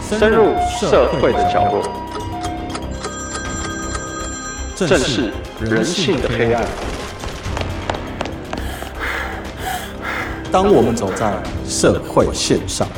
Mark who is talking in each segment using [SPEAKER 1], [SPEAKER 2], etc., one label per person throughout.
[SPEAKER 1] 深入社会的角落，
[SPEAKER 2] 正
[SPEAKER 1] 正视
[SPEAKER 2] 是
[SPEAKER 1] 人
[SPEAKER 2] 人
[SPEAKER 1] 性
[SPEAKER 2] 性
[SPEAKER 1] 的
[SPEAKER 2] 的
[SPEAKER 1] 黑
[SPEAKER 2] 黑
[SPEAKER 1] 暗
[SPEAKER 2] 暗。。当我们走在社会线上，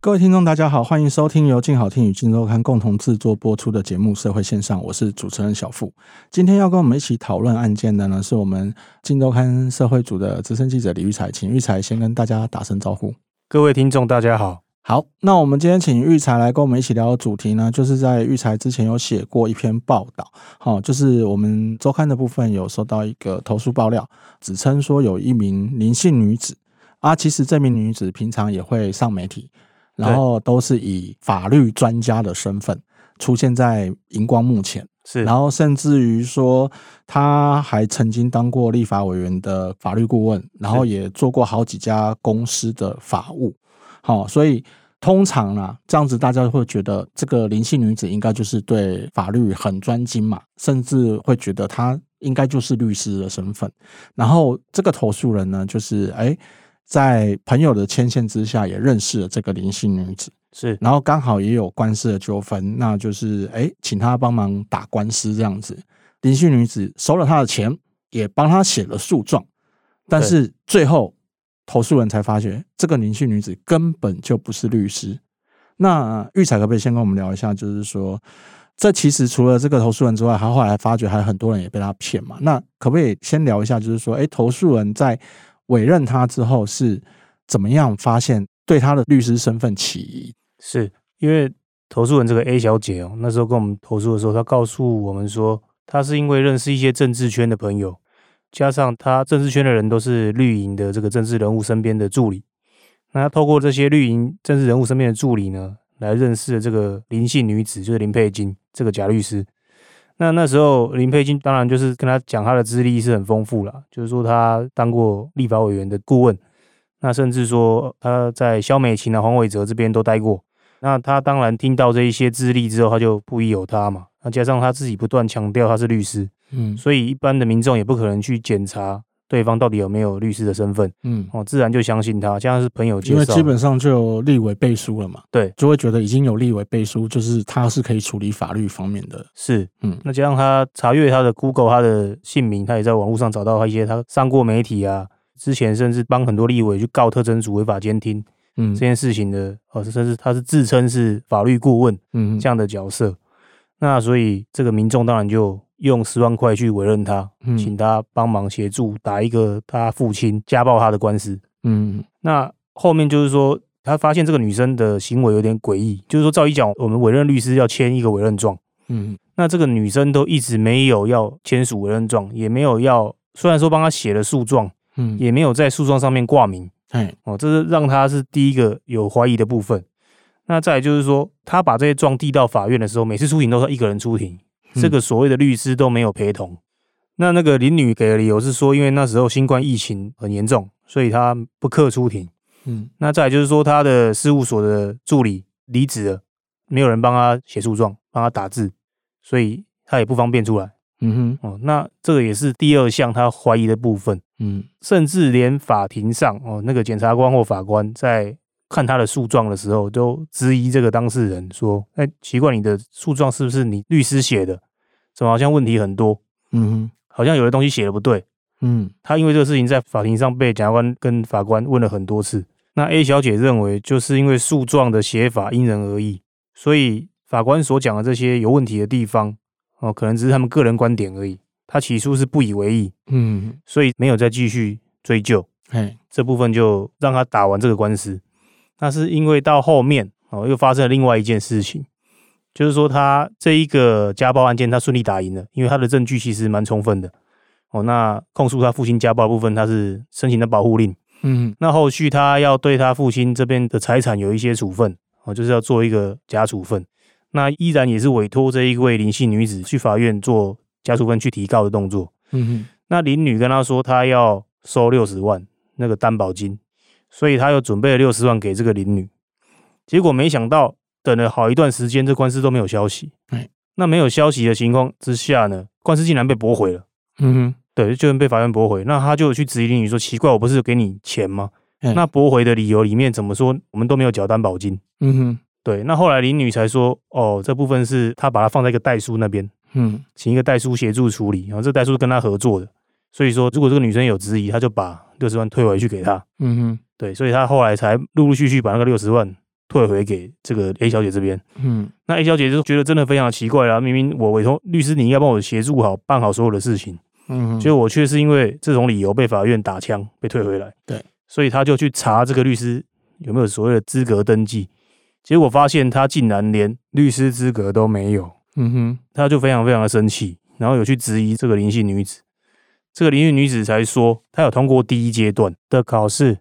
[SPEAKER 2] 各位听众，大家好，欢迎收听由静好听与静周刊共同制作播出的节目《社会线上》，我是主持人小付。今天要跟我们一起讨论案件的呢，是我们静周刊社会组的资深记者李玉才，请玉才先跟大家打声招呼。
[SPEAKER 3] 各位听众，大家好。
[SPEAKER 2] 好，那我们今天请育才来跟我们一起聊的主题呢，就是在育才之前有写过一篇报道，好、就是我们周刊的部分有收到一个投诉爆料，指称说有一名林姓女子啊，其实这名女子平常也会上媒体，然后都是以法律专家的身份出现在荧光幕前，
[SPEAKER 3] 是，
[SPEAKER 2] 然后甚至于说，他还曾经当过立法委员的法律顾问，然后也做过好几家公司的法务。好、所以通常啦、这样子大家会觉得这个林姓女子应该就是对法律很专精嘛，甚至会觉得她应该就是律师的身份。然后这个投诉人呢，就是哎，在朋友的牵线之下，也认识了这个林姓女子。
[SPEAKER 3] 是
[SPEAKER 2] 然后刚好也有官司的纠纷，那就是哎，诶请他帮忙打官司这样子。林姓女子收了他的钱，也帮他写了诉状，但是最后投诉人才发觉，这个林姓女子根本就不是律师。那玉彩可不可以先跟我们聊一下，就是说，这其实除了这个投诉人之外，他后来发觉还有很多人也被他骗嘛。那可不可以先聊一下，就是说，哎，投诉人在委任他之后是怎么样发现对他的律师身份起疑
[SPEAKER 3] 是，因为投诉人这个 A 小姐哦，那时候跟我们投诉的时候，她告诉我们说，她是因为认识一些政治圈的朋友，加上她政治圈的人都是绿营的这个政治人物身边的助理，那她透过这些绿营政治人物身边的助理呢，来认识了这个林姓女子，就是林佩金这个假律师。那那时候林佩金当然就是跟她讲她的资历是很丰富啦，就是说她当过立法委员的顾问，那甚至说她在肖美琴啊、黄伟哲这边都待过。那他当然听到这一些资历之后，他就不疑有他嘛。那加上他自己不断强调他是律师，
[SPEAKER 2] 嗯
[SPEAKER 3] 所以一般的民众也不可能去检查对方到底有没有律师的身份
[SPEAKER 2] 嗯，
[SPEAKER 3] 哦，自然就相信他。加上是朋友介
[SPEAKER 2] 因为
[SPEAKER 3] 绍，
[SPEAKER 2] 基本上就有立委背书了嘛，
[SPEAKER 3] 对，
[SPEAKER 2] 就会觉得已经有立委背书，就是他是可以处理法律方面的，
[SPEAKER 3] 是
[SPEAKER 2] 嗯
[SPEAKER 3] 那加上他查阅他的 Google 他的姓名，他也在网络上找到他一些他上过媒体啊，之前甚至帮很多立委去告特征组违法监听
[SPEAKER 2] 嗯
[SPEAKER 3] 这件事情的，哦，甚至他是自称是法律顾问。
[SPEAKER 2] 嗯
[SPEAKER 3] 这样的角色。那所以这个民众当然就用十万块去委任他，
[SPEAKER 2] 嗯
[SPEAKER 3] 请他帮忙协助打一个他父亲家暴他的官司。
[SPEAKER 2] 嗯
[SPEAKER 3] 那后面就是说，他发现这个女生的行为有点诡异，就是说照一讲，我们委任律师要签一个委任状，
[SPEAKER 2] 嗯
[SPEAKER 3] 那这个女生都一直没有要签署委任状，也没有要，虽然说帮他写了诉状，
[SPEAKER 2] 嗯，
[SPEAKER 3] 也没有在诉状上面挂名。
[SPEAKER 2] 哎
[SPEAKER 3] 哦，这是让他是第一个有怀疑的部分。那再来就是说，他把这些状递到法院的时候，每次出庭都是他一个人出庭，
[SPEAKER 2] 嗯
[SPEAKER 3] 这个所谓的律师都没有陪同。那那个林女给的理由是说，因为那时候新冠疫情很严重，所以她不客出庭。
[SPEAKER 2] 嗯
[SPEAKER 3] 那再来就是说，她的事务所的助理离职了，没有人帮她写诉状，帮她打字，所以她也不方便出来。
[SPEAKER 2] 嗯哼
[SPEAKER 3] 哦，那这个也是第二项她怀疑的部分。
[SPEAKER 2] 嗯
[SPEAKER 3] 甚至连法庭上哦，那个检察官或法官在看他的诉状的时候，都质疑这个当事人说：“哎、奇怪，你的诉状是不是你律师写的？怎么好像问题很多？
[SPEAKER 2] 嗯哼
[SPEAKER 3] 好像有的东西写的不对。
[SPEAKER 2] 嗯”
[SPEAKER 3] 他因为这个事情在法庭上被检察官跟法官问了很多次。那 A 小姐认为，就是因为诉状的写法因人而异，所以法官所讲的这些有问题的地方，哦，可能只是他们个人观点而已。他起诉是不以为意，
[SPEAKER 2] 嗯，
[SPEAKER 3] 所以没有再继续追究。
[SPEAKER 2] 哎
[SPEAKER 3] 这部分就让他打完这个官司。那是因为到后面哦，又发生了另外一件事情，就是说他这一个家暴案件他顺利打赢了，因为他的证据其实蛮充分的。哦，那控诉他父亲家暴的部分，他是申请了保护令。
[SPEAKER 2] 嗯
[SPEAKER 3] 那后续他要对他父亲这边的财产有一些处分，哦，就是要做一个假处分。那依然也是委托这一位林姓女子去法院做假处分去提告的动作。
[SPEAKER 2] 嗯哼
[SPEAKER 3] 那林女跟他说，她要收六十万那个担保金，所以他又准备了六十万给这个林女。结果没想到，等了好一段时间，这官司都没有消息
[SPEAKER 2] 嗯。
[SPEAKER 3] 那没有消息的情况之下呢，官司竟然被驳回了。
[SPEAKER 2] 嗯哼
[SPEAKER 3] 对，就被法院驳回。那他就去质疑林女说：“奇怪，我不是给你钱吗？
[SPEAKER 2] 嗯
[SPEAKER 3] 那驳回的理由里面怎么说，我们都没有缴担保金。
[SPEAKER 2] 嗯哼，
[SPEAKER 3] 对，那后来林女才说，哦，这部分是她把它放在一个代书那边，
[SPEAKER 2] 嗯
[SPEAKER 3] 请一个代书协助处理，然后这代书跟她合作的，所以说如果这个女生有质疑，她就把六十万退回去给她。
[SPEAKER 2] 嗯哼，
[SPEAKER 3] 对，所以她后来才陆陆续续把那个六十万退回给这个 A 小姐这边。
[SPEAKER 2] 嗯
[SPEAKER 3] 那 A 小姐就觉得真的非常奇怪啦，明明我委托律师，你应该帮我协助好办好所有的事情，
[SPEAKER 2] 嗯哼，
[SPEAKER 3] 结果我却是因为这种理由被法院打枪，被退回来。
[SPEAKER 2] 对，
[SPEAKER 3] 所以他就去查这个律师有没有所谓的资格登记，结果发现他竟然连律师资格都没有，
[SPEAKER 2] 嗯哼，
[SPEAKER 3] 他就非常非常的生气，然后有去质疑这个林姓女子。这个林姓女子才说，她有通过第一阶段的考试，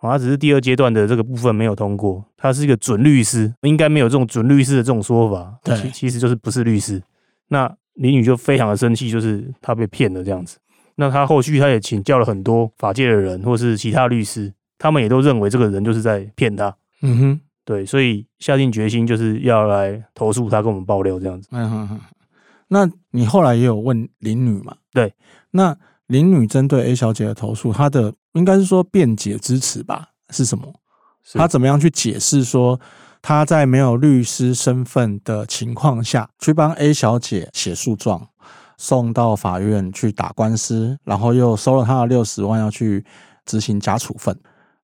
[SPEAKER 3] 哦，她只是第二阶段的这个部分没有通过。她是一个准律师，应该没有这种准律师的这种说法，
[SPEAKER 2] 对
[SPEAKER 3] 其其实就是不是律师。那林女就非常的生气，就是她被骗了这样子。那她后续她也请教了很多法界的人或是其他律师，他们也都认为这个人就是在骗她。
[SPEAKER 2] 嗯哼，
[SPEAKER 3] 对，所以下定决心就是要来投诉她，跟我们爆料这样子。
[SPEAKER 2] 嗯哼哼。那你后来也有问林女嘛？
[SPEAKER 3] 对，
[SPEAKER 2] 那林女针对 A 小姐的投诉，她的应该是说辩解支持吧？是什么？
[SPEAKER 3] 是
[SPEAKER 2] 她怎么样去解释说她在没有律师身份的情况下，去帮 A 小姐写诉状，送到法院去打官司，然后又收了她的六十万要去执行假处分？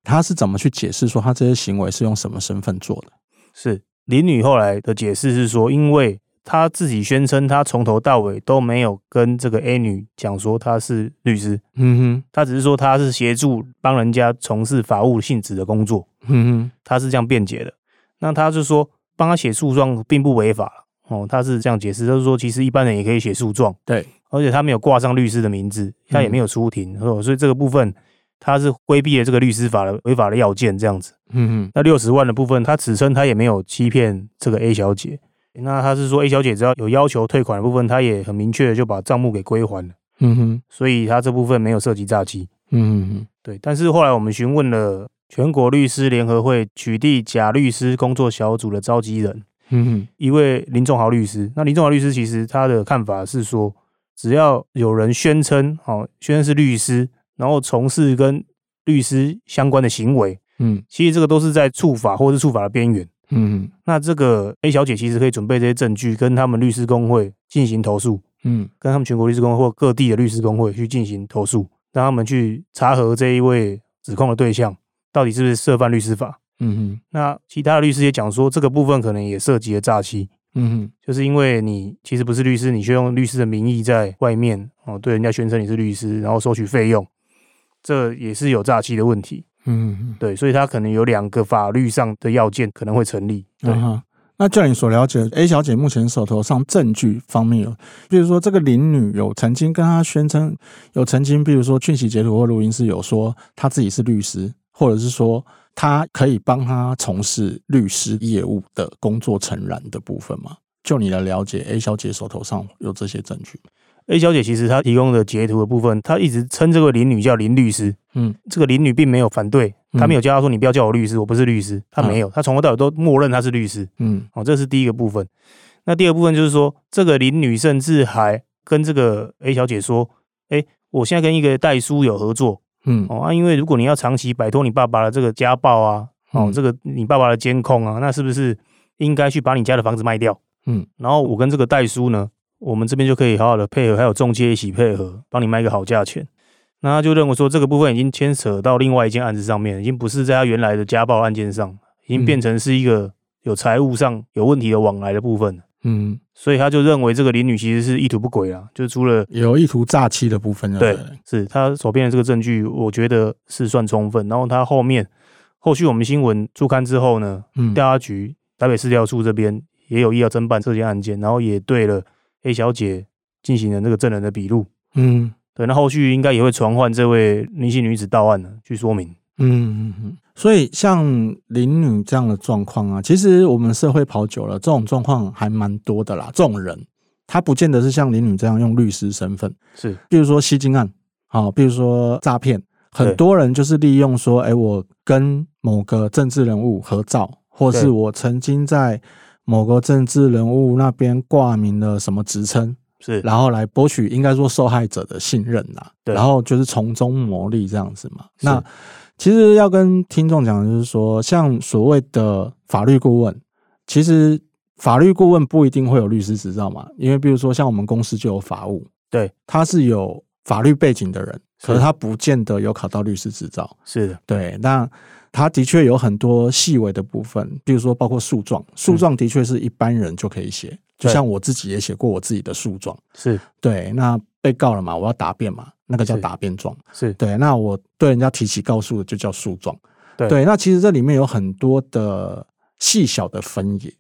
[SPEAKER 2] 她是怎么去解释说她这些行为是用什么身份做的？
[SPEAKER 3] 是林女后来的解释是说，因为她自己宣称她从头到尾都没有跟这个 A 女讲说她是律师，
[SPEAKER 2] 嗯
[SPEAKER 3] 她只是说她是协助帮人家从事法务性质的工作，
[SPEAKER 2] 哼，嗯
[SPEAKER 3] 她是这样辩解的。那她就说帮她写诉状并不违法哦，她是这样解释，就是说其实一般人也可以写诉状，
[SPEAKER 2] 对，
[SPEAKER 3] 而且她没有挂上律师的名字，她也没有出庭，哦，所以这个部分她是规避了这个律师法的违法的要件这样子。
[SPEAKER 2] 哼，嗯哼。
[SPEAKER 3] 那六十万的部分，他指称他也没有欺骗这个 A 小姐。那他是说 A 小姐只要有要求退款的部分，他也很明确的就把账目给归还了，
[SPEAKER 2] 嗯哼，
[SPEAKER 3] 所以他这部分没有涉及诈欺。
[SPEAKER 2] 嗯哼，
[SPEAKER 3] 对，但是后来我们询问了全国律师联合会取缔假律师工作小组的召集人，
[SPEAKER 2] 嗯哼，
[SPEAKER 3] 一位林仲豪律师。那林仲豪律师其实他的看法是说，只要有人宣称哦，宣称是律师，然后从事跟律师相关的行为，
[SPEAKER 2] 嗯
[SPEAKER 3] 其实这个都是在触法或是触法的边缘。
[SPEAKER 2] 嗯
[SPEAKER 3] 那这个 A 小姐其实可以准备这些证据，跟他们律师工会进行投诉，
[SPEAKER 2] 嗯
[SPEAKER 3] 跟他们全国律师工会或各地的律师工会去进行投诉，让他们去查核这一位指控的对象到底是不是涉犯律师法。
[SPEAKER 2] 嗯哼，
[SPEAKER 3] 那其他的律师也讲说，这个部分可能也涉及了诈欺，
[SPEAKER 2] 嗯哼，
[SPEAKER 3] 就是因为你其实不是律师，你却用律师的名义在外面哦对人家宣称你是律师，然后收取费用，这也是有诈欺的问题。
[SPEAKER 2] 嗯哼，
[SPEAKER 3] 对，所以他可能有两个法律上的要件可能会成立。对，
[SPEAKER 2] 嗯哼。那就你所了解，A 小姐目前手头上证据方面有，比如说这个林女有曾经跟她宣称，有曾经，比如说讯息截图或录音师有说她自己是律师，或者是说她可以帮她从事律师业务的工作承揽的部分吗？就你的了解，A 小姐手头上有这些证据？
[SPEAKER 3] A 小姐其实她提供的截图的部分，她一直称这位林女叫林律师。
[SPEAKER 2] 嗯
[SPEAKER 3] 这个林女并没有反对，
[SPEAKER 2] 嗯啊
[SPEAKER 3] 她没有叫她说你不要叫我律师，我不是律师。她没有，她从头到尾都默认她是律师。
[SPEAKER 2] 嗯
[SPEAKER 3] 哦，这是第一个部分。那第二部分就是说，这个林女甚至还跟这个 A 小姐说：“哎，我现在跟一个代书有合作
[SPEAKER 2] 嗯
[SPEAKER 3] 哦，啊，因为如果你要长期摆脱你爸爸的这个家暴啊，哦，
[SPEAKER 2] 嗯
[SPEAKER 3] 这个你爸爸的监控啊，那是不是应该去把你家的房子卖掉？
[SPEAKER 2] 嗯，
[SPEAKER 3] 然后我跟这个代书呢，我们这边就可以好好的配合，还有中介一起配合，帮你卖一个好价钱。那他就认为说，这个部分已经牵扯到另外一件案子上面，已经不是在他原来的家暴案件上，已经变成是一个有财务上有问题的往来的部分了。
[SPEAKER 2] 嗯，
[SPEAKER 3] 所以他就认为这个林女其实是意图不轨啊，就除了
[SPEAKER 2] 有意图诈欺的部分就
[SPEAKER 3] 对
[SPEAKER 2] 了，
[SPEAKER 3] 是他手边的这个证据，我觉得是算充分。然后他后面后续我们新闻出刊之后呢，
[SPEAKER 2] 嗯
[SPEAKER 3] 调查局台北市调查处这边也有意要侦办这件案件，然后也对了 A 小姐进行了那个证人的笔录。
[SPEAKER 2] 嗯。
[SPEAKER 3] 对，那后续应该也会传唤这位林姓女子到案了，去说明。
[SPEAKER 2] 嗯，嗯嗯，所以像林女这样的状况啊，其实我们社会跑久了，这种状况还蛮多的啦。这种人，他不见得是像林女这样用律师身份，
[SPEAKER 3] 是
[SPEAKER 2] 比如说吸金案，好、比如说诈骗，很多人就是利用说，哎，我跟某个政治人物合照，或是
[SPEAKER 3] 对
[SPEAKER 2] 我曾经在某个政治人物那边挂名了什么职称，
[SPEAKER 3] 是，
[SPEAKER 2] 然后来博取应该说受害者的信任啦、
[SPEAKER 3] 对
[SPEAKER 2] 然后就是从中牟利这样子嘛。
[SPEAKER 3] 是
[SPEAKER 2] 那其实要跟听众讲的就是说，像所谓的法律顾问，其实法律顾问不一定会有律师执照嘛，因为比如说像我们公司就有法务，
[SPEAKER 3] 对，
[SPEAKER 2] 他是有法律背景的人，
[SPEAKER 3] 是
[SPEAKER 2] 可是他不见得有考到律师执照。
[SPEAKER 3] 是的，
[SPEAKER 2] 对，那他的确有很多细微的部分，比如说包括诉状，诉状的确是一般人就可以写，就
[SPEAKER 3] 嗯对
[SPEAKER 2] 像我自己也写过我自己的诉状。
[SPEAKER 3] 是
[SPEAKER 2] 对，那被告了嘛，我要答辩嘛，那个叫
[SPEAKER 3] 是
[SPEAKER 2] 答辩状。
[SPEAKER 3] 是，
[SPEAKER 2] 对，那我对人家提起告诉的就叫诉状。
[SPEAKER 3] 对
[SPEAKER 2] 那其实这里面有很多的细小的分野，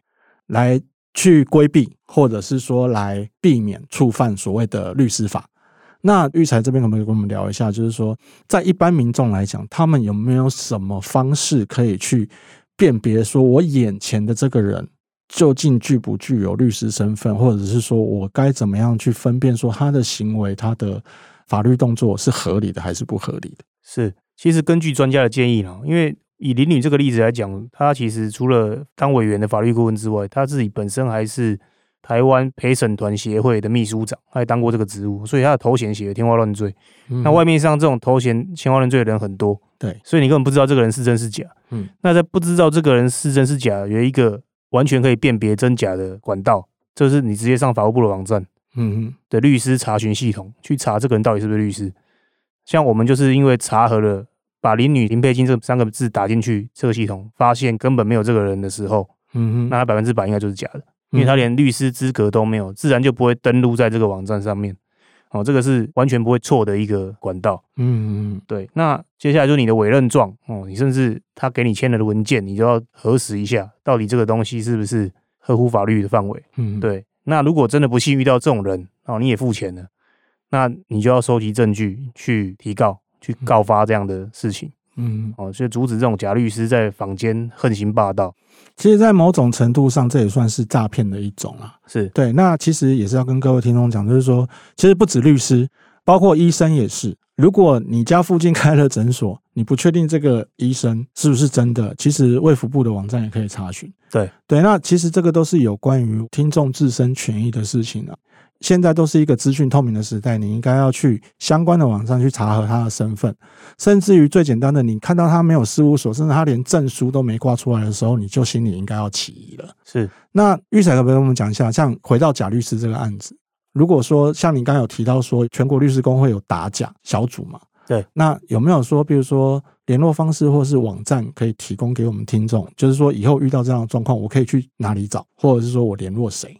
[SPEAKER 2] 来去规避，或者是说来避免触犯所谓的律师法。那育才这边可不可以跟我们聊一下，就是说，在一般民众来讲，他们有没有什么方式可以去辨别，说我眼前的这个人究竟具不具有律师身份，或者是说我该怎么样去分辨说他的行为、他的法律动作是合理的还是不合理的？
[SPEAKER 3] 是，其实根据专家的建议呢，因为以林女这个例子来讲，她其实除了当委员的法律顾问之外，她自己本身还是台湾陪审团协会的秘书长，她还当过这个职务，所以她的头衔写的天花乱坠。那外面上这种头衔天花乱坠的人很多，
[SPEAKER 2] 嗯对，
[SPEAKER 3] 所以你根本不知道这个人是真是假。
[SPEAKER 2] 嗯，
[SPEAKER 3] 那在不知道这个人是真是假，有一个完全可以辨别真假的管道，就是你直接上法务部的网站
[SPEAKER 2] 嗯嗯
[SPEAKER 3] 的律师查询系统去查这个人到底是不是律师。像我们就是因为查核了，把林女林佩金这三个字打进去这个系统，发现根本没有这个人的时候，
[SPEAKER 2] 嗯
[SPEAKER 3] 那他百分之百应该就是假的，因为他连律师资格都没有，自然就不会登录在这个网站上面。哦，这个是完全不会错的一个管道。
[SPEAKER 2] 嗯嗯
[SPEAKER 3] 对，那接下来就是你的委任状哦，你甚至他给你签了的文件，你就要核实一下，到底这个东西是不是合乎法律的范围。
[SPEAKER 2] 嗯，
[SPEAKER 3] 对，那如果真的不幸遇到这种人哦，你也付钱了，那你就要收集证据去提告，去告发这样的事情
[SPEAKER 2] 嗯，
[SPEAKER 3] 哦，所以阻止这种假律师在坊间横行霸道。
[SPEAKER 2] 其实，在某种程度上，这也算是诈骗的一种啊。
[SPEAKER 3] 是
[SPEAKER 2] 对，那其实也是要跟各位听众讲，就是说，其实不止律师，包括医生也是。如果你家附近开了诊所，你不确定这个医生是不是真的，其实卫福部的网站也可以查询。
[SPEAKER 3] 对
[SPEAKER 2] 对，那其实这个都是有关于听众自身权益的事情啊。现在都是一个资讯透明的时代，你应该要去相关的网站去查核他的身份，甚至于最简单的，你看到他没有事务所，甚至他连证书都没挂出来的时候，你就心里应该要起疑了。
[SPEAKER 3] 是，
[SPEAKER 2] 那玉彩可不可以跟我们讲一下，像回到贾律师这个案子，如果说像你刚刚有提到说全国律师工会有打假小组嘛？
[SPEAKER 3] 对，
[SPEAKER 2] 那有没有说，比如说联络方式或是网站可以提供给我们听众？就是说以后遇到这样的状况，我可以去哪里找，或者是说我联络谁？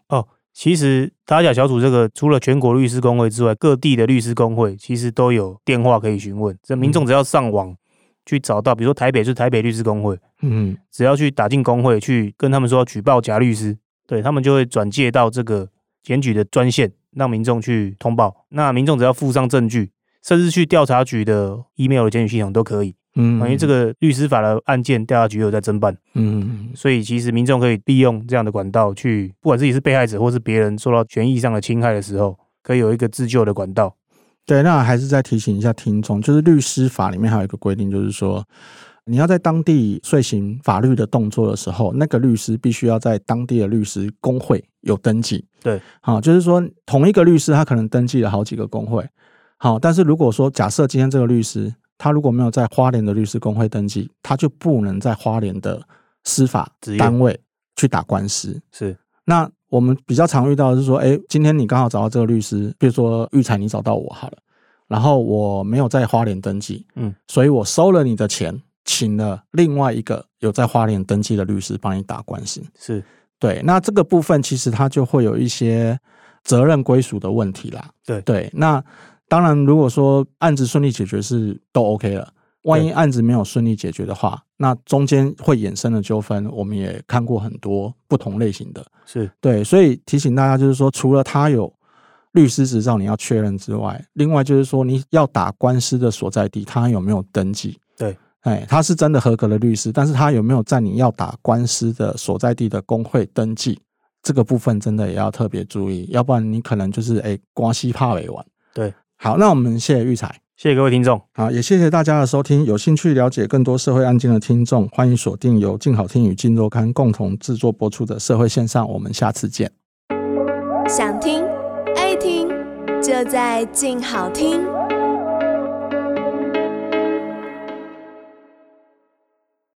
[SPEAKER 3] 其实打假小组这个，除了全国律师工会之外，各地的律师工会其实都有电话可以询问。这民众只要上网去找到，比如说台北是台北律师工会，
[SPEAKER 2] 嗯
[SPEAKER 3] 只要去打进工会去跟他们说举报假律师，对他们就会转介到这个检举的专线，让民众去通报。那民众只要附上证据，甚至去调查局的 email 的检举系统都可以，
[SPEAKER 2] 嗯
[SPEAKER 3] 因为这个律师法的案件调查局有在侦办。
[SPEAKER 2] 嗯
[SPEAKER 3] 所以其实民众可以利用这样的管道去，不管自己是被害者或是别人受到权益上的侵害的时候，可以有一个自救的管道。
[SPEAKER 2] 对，那还是再提醒一下听众，就是律师法里面还有一个规定，就是说你要在当地遂行法律的动作的时候，那个律师必须要在当地的律师工会有登记。
[SPEAKER 3] 对，
[SPEAKER 2] 好，就是说同一个律师他可能登记了好几个工会。好，但是如果说假设今天这个律师他如果没有在花莲的律师工会登记，他就不能在花莲的司法
[SPEAKER 3] 职业
[SPEAKER 2] 单位去打官司。
[SPEAKER 3] 是
[SPEAKER 2] 那我们比较常遇到的是说，哎，今天你刚好找到这个律师，比如说玉彩，你找到我好了，然后我没有在花莲登记，
[SPEAKER 3] 嗯，
[SPEAKER 2] 所以我收了你的钱，请了另外一个有在花莲登记的律师帮你打官司。
[SPEAKER 3] 是
[SPEAKER 2] 对，那这个部分其实它就会有一些责任归属的问题啦。
[SPEAKER 3] 对
[SPEAKER 2] 对，那当然，如果说案子顺利解决是都 OK 了，万一案子没有顺利解决的话，那中间会衍生的纠纷，我们也看过很多不同类型的。
[SPEAKER 3] 是
[SPEAKER 2] 对，所以提醒大家就是说，除了他有律师执照你要确认之外，另外就是说你要打官司的所在地他有没有登记？
[SPEAKER 3] 对，
[SPEAKER 2] 哎，他是真的合格的律师，但是他有没有在你要打官司的所在地的工会登记？这个部分真的也要特别注意，要不然你可能就是哎瓜西怕尾完。
[SPEAKER 3] 对，
[SPEAKER 2] 好，那我们谢谢玉彩。
[SPEAKER 3] 谢谢各位听众，
[SPEAKER 2] 好，也谢谢大家的收听。有兴趣了解更多社会案件的听众，欢迎锁定由静好听与静周刊共同制作播出的《社会线上》，我们下次见。
[SPEAKER 4] 想听爱听，就在静好听。